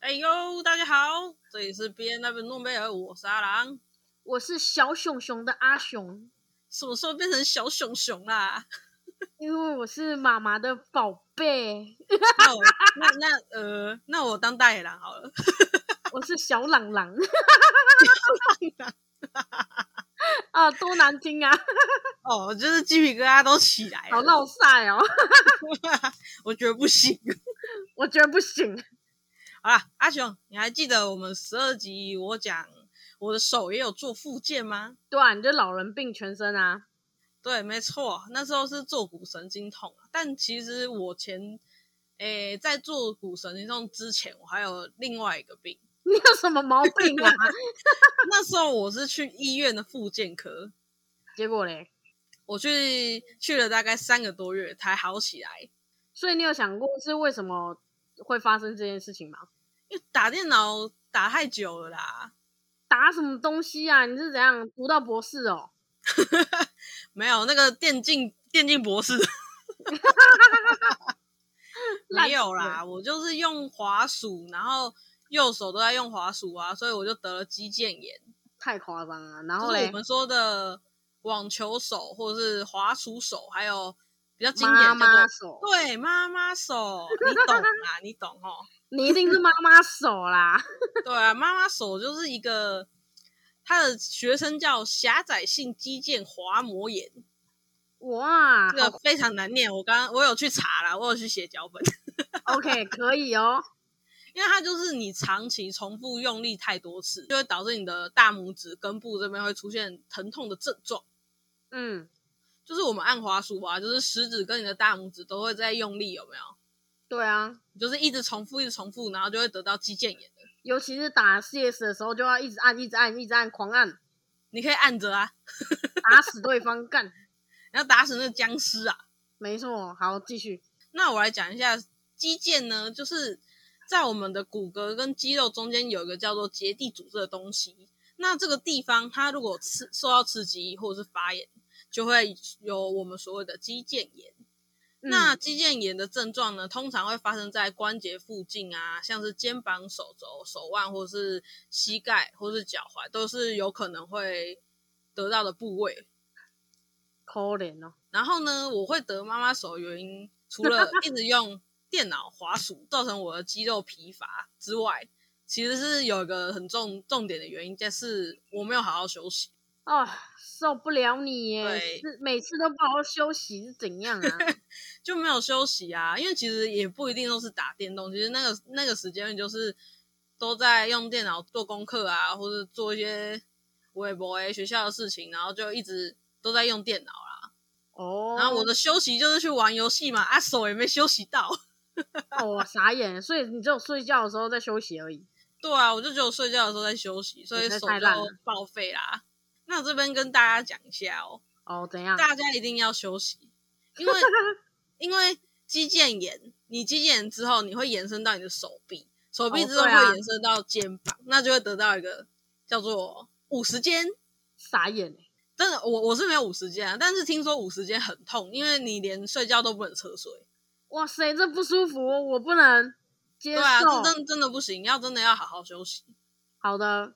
哎呦，大家好，这里是 B N W 诺贝尔，我是阿郎。我是小熊熊的阿熊，什么时候变成小熊熊啦？ 因为我是妈妈的宝贝，那我那那呃，那我当大野狼好了。 我是小朗朗。啊，多难听啊！哦，就是鸡皮疙瘩都起来好了，闹晒哦， 我觉得不行。我觉得不行。好啦，阿雄，你还记得我们十二集我讲我的手也有做复健吗？对啊，你就老人病全身啊。对，没错，那时候是坐骨神经痛啊，但其实我前诶在做骨神经痛之前，我还有另外一个病。你有什么毛病啊？ 那时候我是去医院的复健科，结果嘞，我去去了大概三个多月才好起来。所以你有想过是为什么会发生这件事情吗？因为打电脑打太久了啦，打什么东西啊？你是怎样读到博士哦？没有那个电竞电竞博 士，没有啦，我就是用滑鼠，然后右手都在用滑鼠啊，所以我就得了肌腱炎，太夸张了。然后就是我嘞，们说的网球手或者是滑鼠手，还有比较经典妈叫妈做手，对妈妈手，你懂啦，你懂哦。你一定是妈妈手啦。对啊，妈妈手就是一个，他的学生叫狭窄性肌腱滑膜炎，哇，这个非常难念。我刚刚我有去查啦，我有去写脚本， 好 OK，可以哦。因为它就是你长期重复用力太多次，就会导致你的大拇指根部这边会出现疼痛的症状。嗯，就是我们按滑鼠啊，就是食指跟你的大拇指都会在用力，有没有？对啊，就是一直重复，一直重复，然后就会得到肌腱炎的。尤其是打 CS 的时候，就要一直按、一直按、一直按，狂按，你可以按着啊，打死对方干。 然后打死那个僵尸啊。没错，好，继续。那我来讲一下肌腱呢，就是在我们的骨骼跟肌肉中间有一个叫做结缔组织的东西。那这个地方它如果刺受到刺激或者是发炎，就会有我们所谓的肌腱炎。嗯那肌腱炎的症状呢，通常会发生在关节附近啊，像是肩膀、手肘、手腕，或是膝盖，或是脚踝，都是有可能会得到的部位。可怜哦，然后呢，我会得妈妈手的原因，除了一直用电脑滑鼠造成我的肌肉疲乏之外，其实是有一个很重重点的原因，就是我没有好好休息。哦，受不了你耶！对是每次都不好好休息是怎 样啊？就没有休息啊，因为其实也不一定都是打电动，其实那个那个时间就是都在用电脑做功课啊，或者做一些微博诶学校的事情，然后就一直都在用电脑啦。哦，然后我的休息就是去玩游戏嘛，啊手也没休息到。哦，我傻眼，所以你只有睡觉的时候在休息而已。对啊，我就只有睡觉的时候在休息，所以你真手的太烂了就报废啦。那这边跟大家讲一下哦，哦，怎样？大家一定要休息，因 为因为肌腱炎，你肌腱炎之后，你会延伸到你的手臂，手臂哦之后对啊会延伸到肩膀，那就会得到一个叫做五十肩。傻眼欸耶真的，我我是没有五十肩啊，但是听说五十肩很痛，因为你连睡觉都不能侧睡。哇塞，这不舒服，我不能接对受。啊，这真真的不行，要真的要好好休息。好的，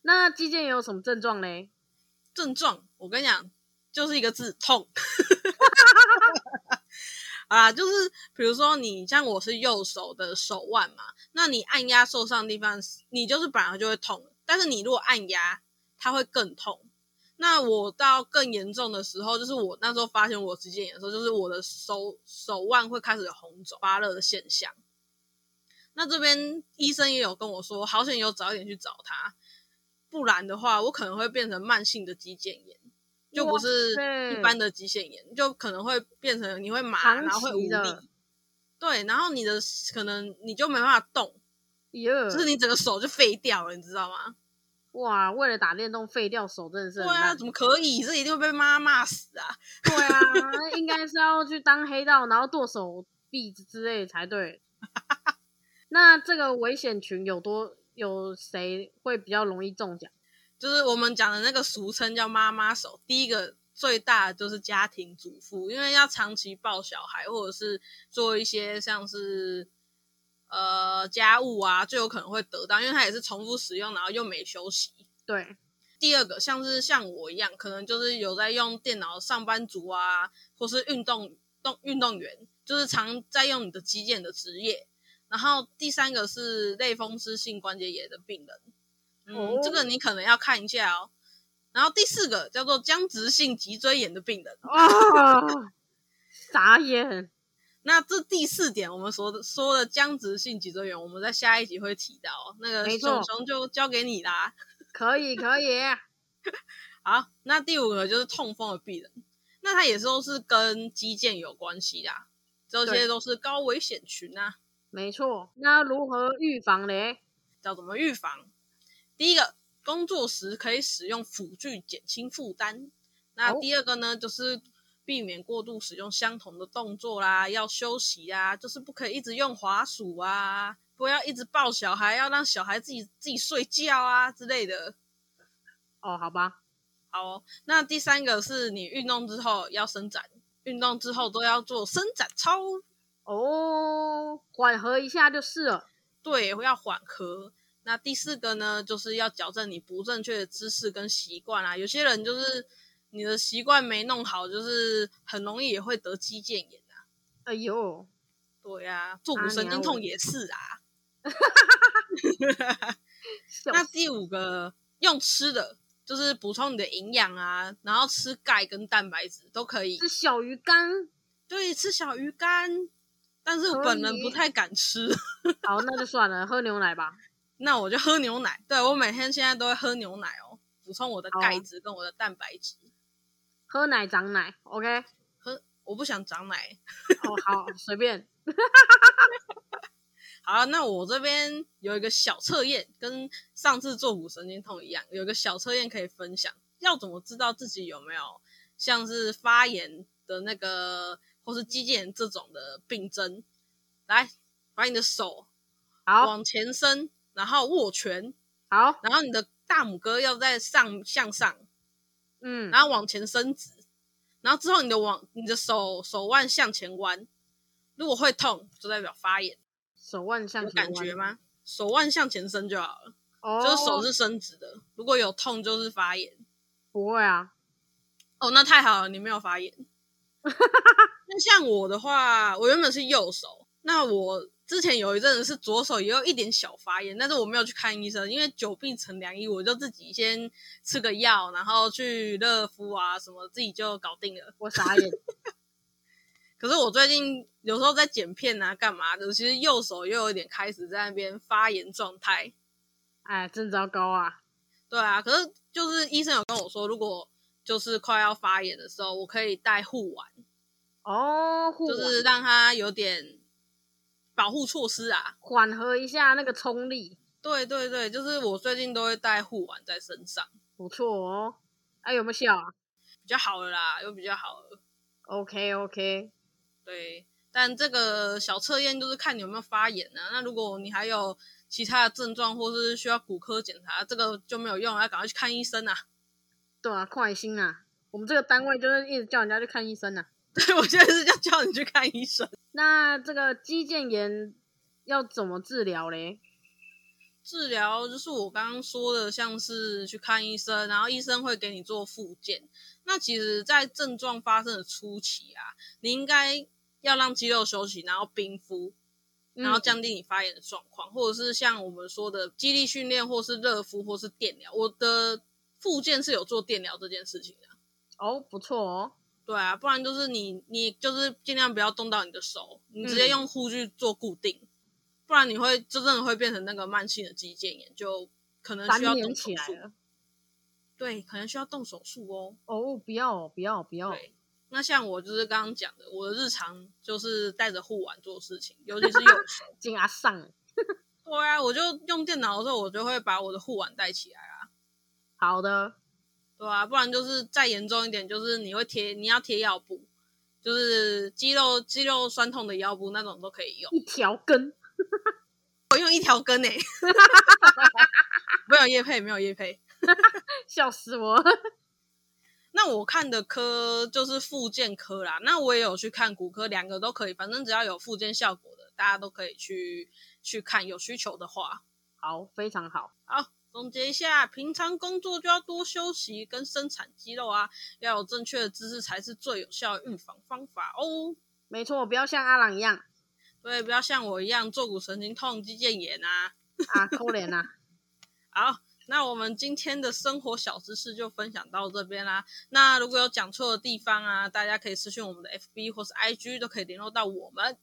那肌腱炎有什么症状嘞？症状，我跟你讲，就是一个字痛。啊，就是比如说你像我是右手的手腕嘛，那你按压受伤的地方，你就是本来就会痛，但是你如果按压，它会更痛。那我到更严重的时候，就是我那时候发现我肌腱炎的时候，就是我的手手腕会开始有红肿、发热的现象。那这边医生也有跟我说，好险有早一点去找他，不然的话，我可能会变成慢性的肌腱炎，就不是哇塞一般的肌腱炎，就可能会变成你会麻，长然后会无期的力。对，然后你的可能你就没办法动，耶、就是你整个手就废掉了，你知道吗？哇，为了打电动废掉手，真的是对很啊，烂。怎么可以？这一定会被妈骂死啊！对啊，应该是要去当黑道，然后剁手臂之类才对。 那这个危险群有多有谁会比较容易中奖？就是我们讲的那个俗称叫妈妈手，第一个最大的就是家庭主妇，因为要长期抱小孩，或者是做一些像是呃家务啊，最有可能会得到，因为它也是重复使用，然后又没休息。对，第二个像是像我一样，可能就是有在用电脑上班族啊，或是运动动运动员，就是常在用你的肌腱的职业。然后第三个是类风湿性关节炎的病人，嗯，哦这个你可能要看一下哦。然后第四个叫做僵直性脊椎炎的病人。啊，傻眼，那这第四点，我们所的说的僵直性脊椎炎，我们在下一集会提到哦。那个没错熊熊就交给你啦。可以可以，好，那第五个就是痛风的病人，那它也都是跟肌腱有关系啦，这些对都是高危险群啊，没错。那如何预防嘞？要怎么预防？第一个，工作时可以使用辅具减轻负担。那哦第二个呢，就是避免过度使用相同的动作啦，要休息啊，就是不可以一直用滑鼠啊，不要一直抱小孩，要让小孩自己自己睡觉啊之类的。哦，好吧，好哦、那第三个是你运动之后要伸展，运动之后都要做伸展操，哦，缓和一下就是了。对，要缓和。那第四个呢，就是要矫正你不正确的姿势跟习惯啊。有些人就是你的习惯没弄好，就是很容易也会得肌腱炎啊。哎呦，对啊，坐啊骨神经娘我痛也是啊。笑那死第五个用吃的，就是补充你的营养啊，然后吃钙跟蛋白质都可以。是小鱼干。对，吃小鱼干，但是我本人可以不太敢吃，好，那就算了，喝牛奶吧。那我就喝牛奶。对我每天现在都会喝牛奶哦，补充我的好啊钙质跟我的蛋白质。喝奶长奶，OK？喝，我不想长奶。哦，好，随便。好，啊那我这边有一个小测验，跟上次坐骨神经痛一样，有一个小测验可以分享。要怎么知道自己有没有像是发炎的那个，或是肌腱炎这种的病症？来，把你的手好往前伸，然后握拳，好，然后你的大拇哥要在上向上，嗯，然后往前伸直，然后之后你的往你的手手腕向前弯，如果会痛，就代表发炎，手腕向有前感觉弯？吗？手腕向前伸就好了，哦，就是手是伸直的。如果有痛，就是发炎。不会啊。哦，那太好了，你没有发炎。那像我的话，我原本是右手，那我之前有一阵子是左手也有一点小发炎，但是我没有去看医生，因为久病成良医，我就自己先吃个药，然后去热敷啊什么，自己就搞定了。我 傻眼。可是我最近有时候在剪片啊，干嘛的，其实右手又有点开始在那边发炎状态。哎，真糟糕啊！对啊，可是就是医生有跟我说，如果就是快要发炎的时候，我可以带护腕，哦，护就腕是让它有点保护措施啊。缓和一下那个冲力，对对对，就是我最近都会带护腕在身上，不错哦。哎，有没有效啊比较好了啦，又比较好了。 ？OK OK，对，但这个小测验就是看你有没有发炎啊。那如果你还有其他的症状，或是需要骨科检查，这个就没有用，要赶快去看医生啊。对啊，快心啊！我们这个单位就是一直叫人家去看医生啊。对，我现在是要叫你去看医生。那这个肌腱炎要怎么治疗嘞？治疗就是我刚刚说的，像是去看医生，然后医生会给你做复健。那其实，在症状发生的初期啊，你应该要让肌肉休息，然后冰敷，然后嗯降低你发炎的状况，或者是像我们说的肌力训练，或是热敷，或是电疗。我的复健是有做电疗这件事情的，哦，不错哦。对啊，不然就是你你就是尽量不要动到你的手，你直接嗯用护具做固定，不然你会就真的会变成那个慢性的肌腱炎，就可能粘需要连动起手来术。了。对，可能需要动手术哦。哦，不要哦，不要，不要。对，那像我就是刚刚讲的，我的日常就是带着护腕做事情，尤其是右 手。进阿上。对啊，我就用电脑的时候，我就会把我的护腕带起来啊。好的，对啊，不然就是再严重一点，就是你会贴，你要贴药布，就是肌肉肌肉酸痛的腰部那种都可以用。一条根。 我用一条根呢、欸， 没有叶配，没有叶配。笑死我！那那我看的科就是复健科啦，那我也有去看骨科，两个都可以，反正只要有复健效果的，大家都可以去去看，有需求的话。好，非常好。好，总结一下，平常工作就要多休息跟生产肌肉啊，要有正确的姿势才是最有效的预防方法哦。没错，不要像阿朗一样对，不要像我一样坐骨神经痛、肌腱炎啊。啊，抠脸啊。好，那我们今天的生活小知识就分享到这边啦。那如果有讲错的地方啊，大家可以私讯我们的 FB 或是 IG 都可以联络到我们，可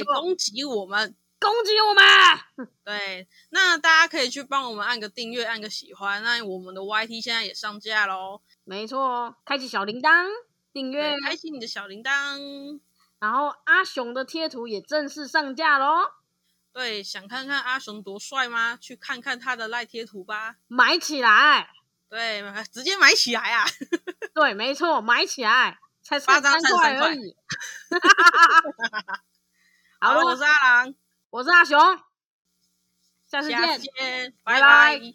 以错，攻击我们。攻击我们！对，那大家可以去帮我们按个订阅，按个喜欢。那我们的 YT 现在也上架喽，没错哦，开启小铃铛，订阅对，，开启你的小铃铛。然后阿雄的贴图也正式上架喽，对，想看看阿雄多帅吗？去看看他的赖贴图吧。买起来！对，直接买起来啊！对，没错，买起来，才八三张三块十而块 已。 好好 了，我了是，阿郎，我是阿雄，下次下见次。见，拜拜拜拜